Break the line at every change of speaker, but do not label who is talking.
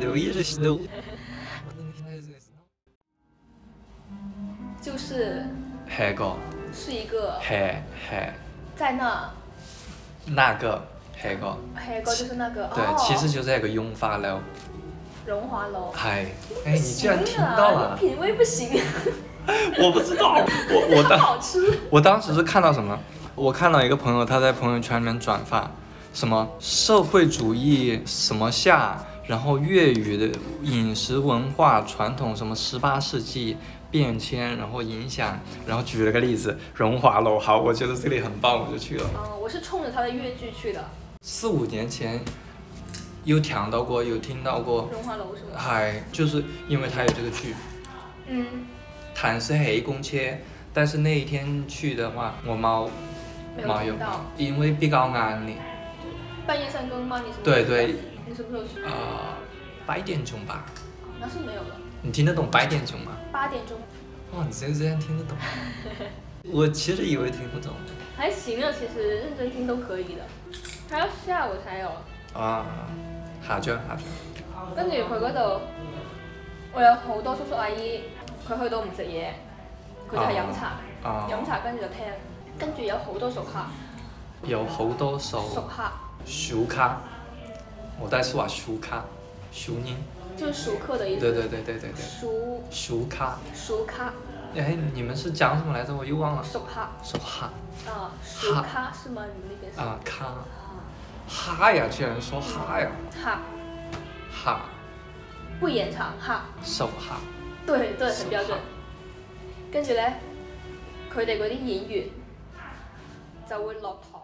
有意识行动。
就是
海高，
是一个
海海
在那
那个海高，
还有一个就是那个
对，
哦，
其实就是那个樱花楼。
荣华楼。
嗨，哎，你居
啊
然听到
真的
了
你？品味不行，
我不知道，我 我
不
当
好吃。
我当时是看到什么？我看到一个朋友他在朋友圈里面转发什么社会主义什么下，然后粤语的饮食文化传统什么十八世纪变迁，然后影响，然后举了个例子，荣华楼。好，我觉得这里很棒，我就去了。
嗯，我是冲着它的粤剧去的，
四五年前有听到过，有听到过，
荣华楼是吗？
还就是因为他有这个剧。
嗯，
坦是黑公车，但是那一天去的话，我猫
没
猫
有
有
听到。
因为比较安利，
嗯半夜三更吗？你什么？
对对。
你什么时候去？
呃，八点钟吧，
哦那是没有了，
你听得懂八点钟吗？
八点钟
哇，你真真听得懂？ 我其实以为听不懂
还行啊，其实认真听都可以的。还要下午才有，
啊，下咗下咗，
跟住佢嗰度，我有好多叔叔阿姨，佢去到唔食嘢，佢就係飲茶，
啊，
飲茶跟住就聽，跟住有好多熟客，
有好多
熟
首
客
熟卡，我在说啊熟卡，熟音，
就是熟客的意
对
思。
对对对对对，
熟
熟卡，
熟咖，
哎，你们是讲什么来着？我又忘了，
熟哈
手哈
啊，熟咖是吗？你们那边是？
啊卡
啊
哈呀，居然说哈呀
哈，
哈
不延长哈，
手哈，
对对，很标准
熟。
跟住咧，佢哋嗰啲演員就會落台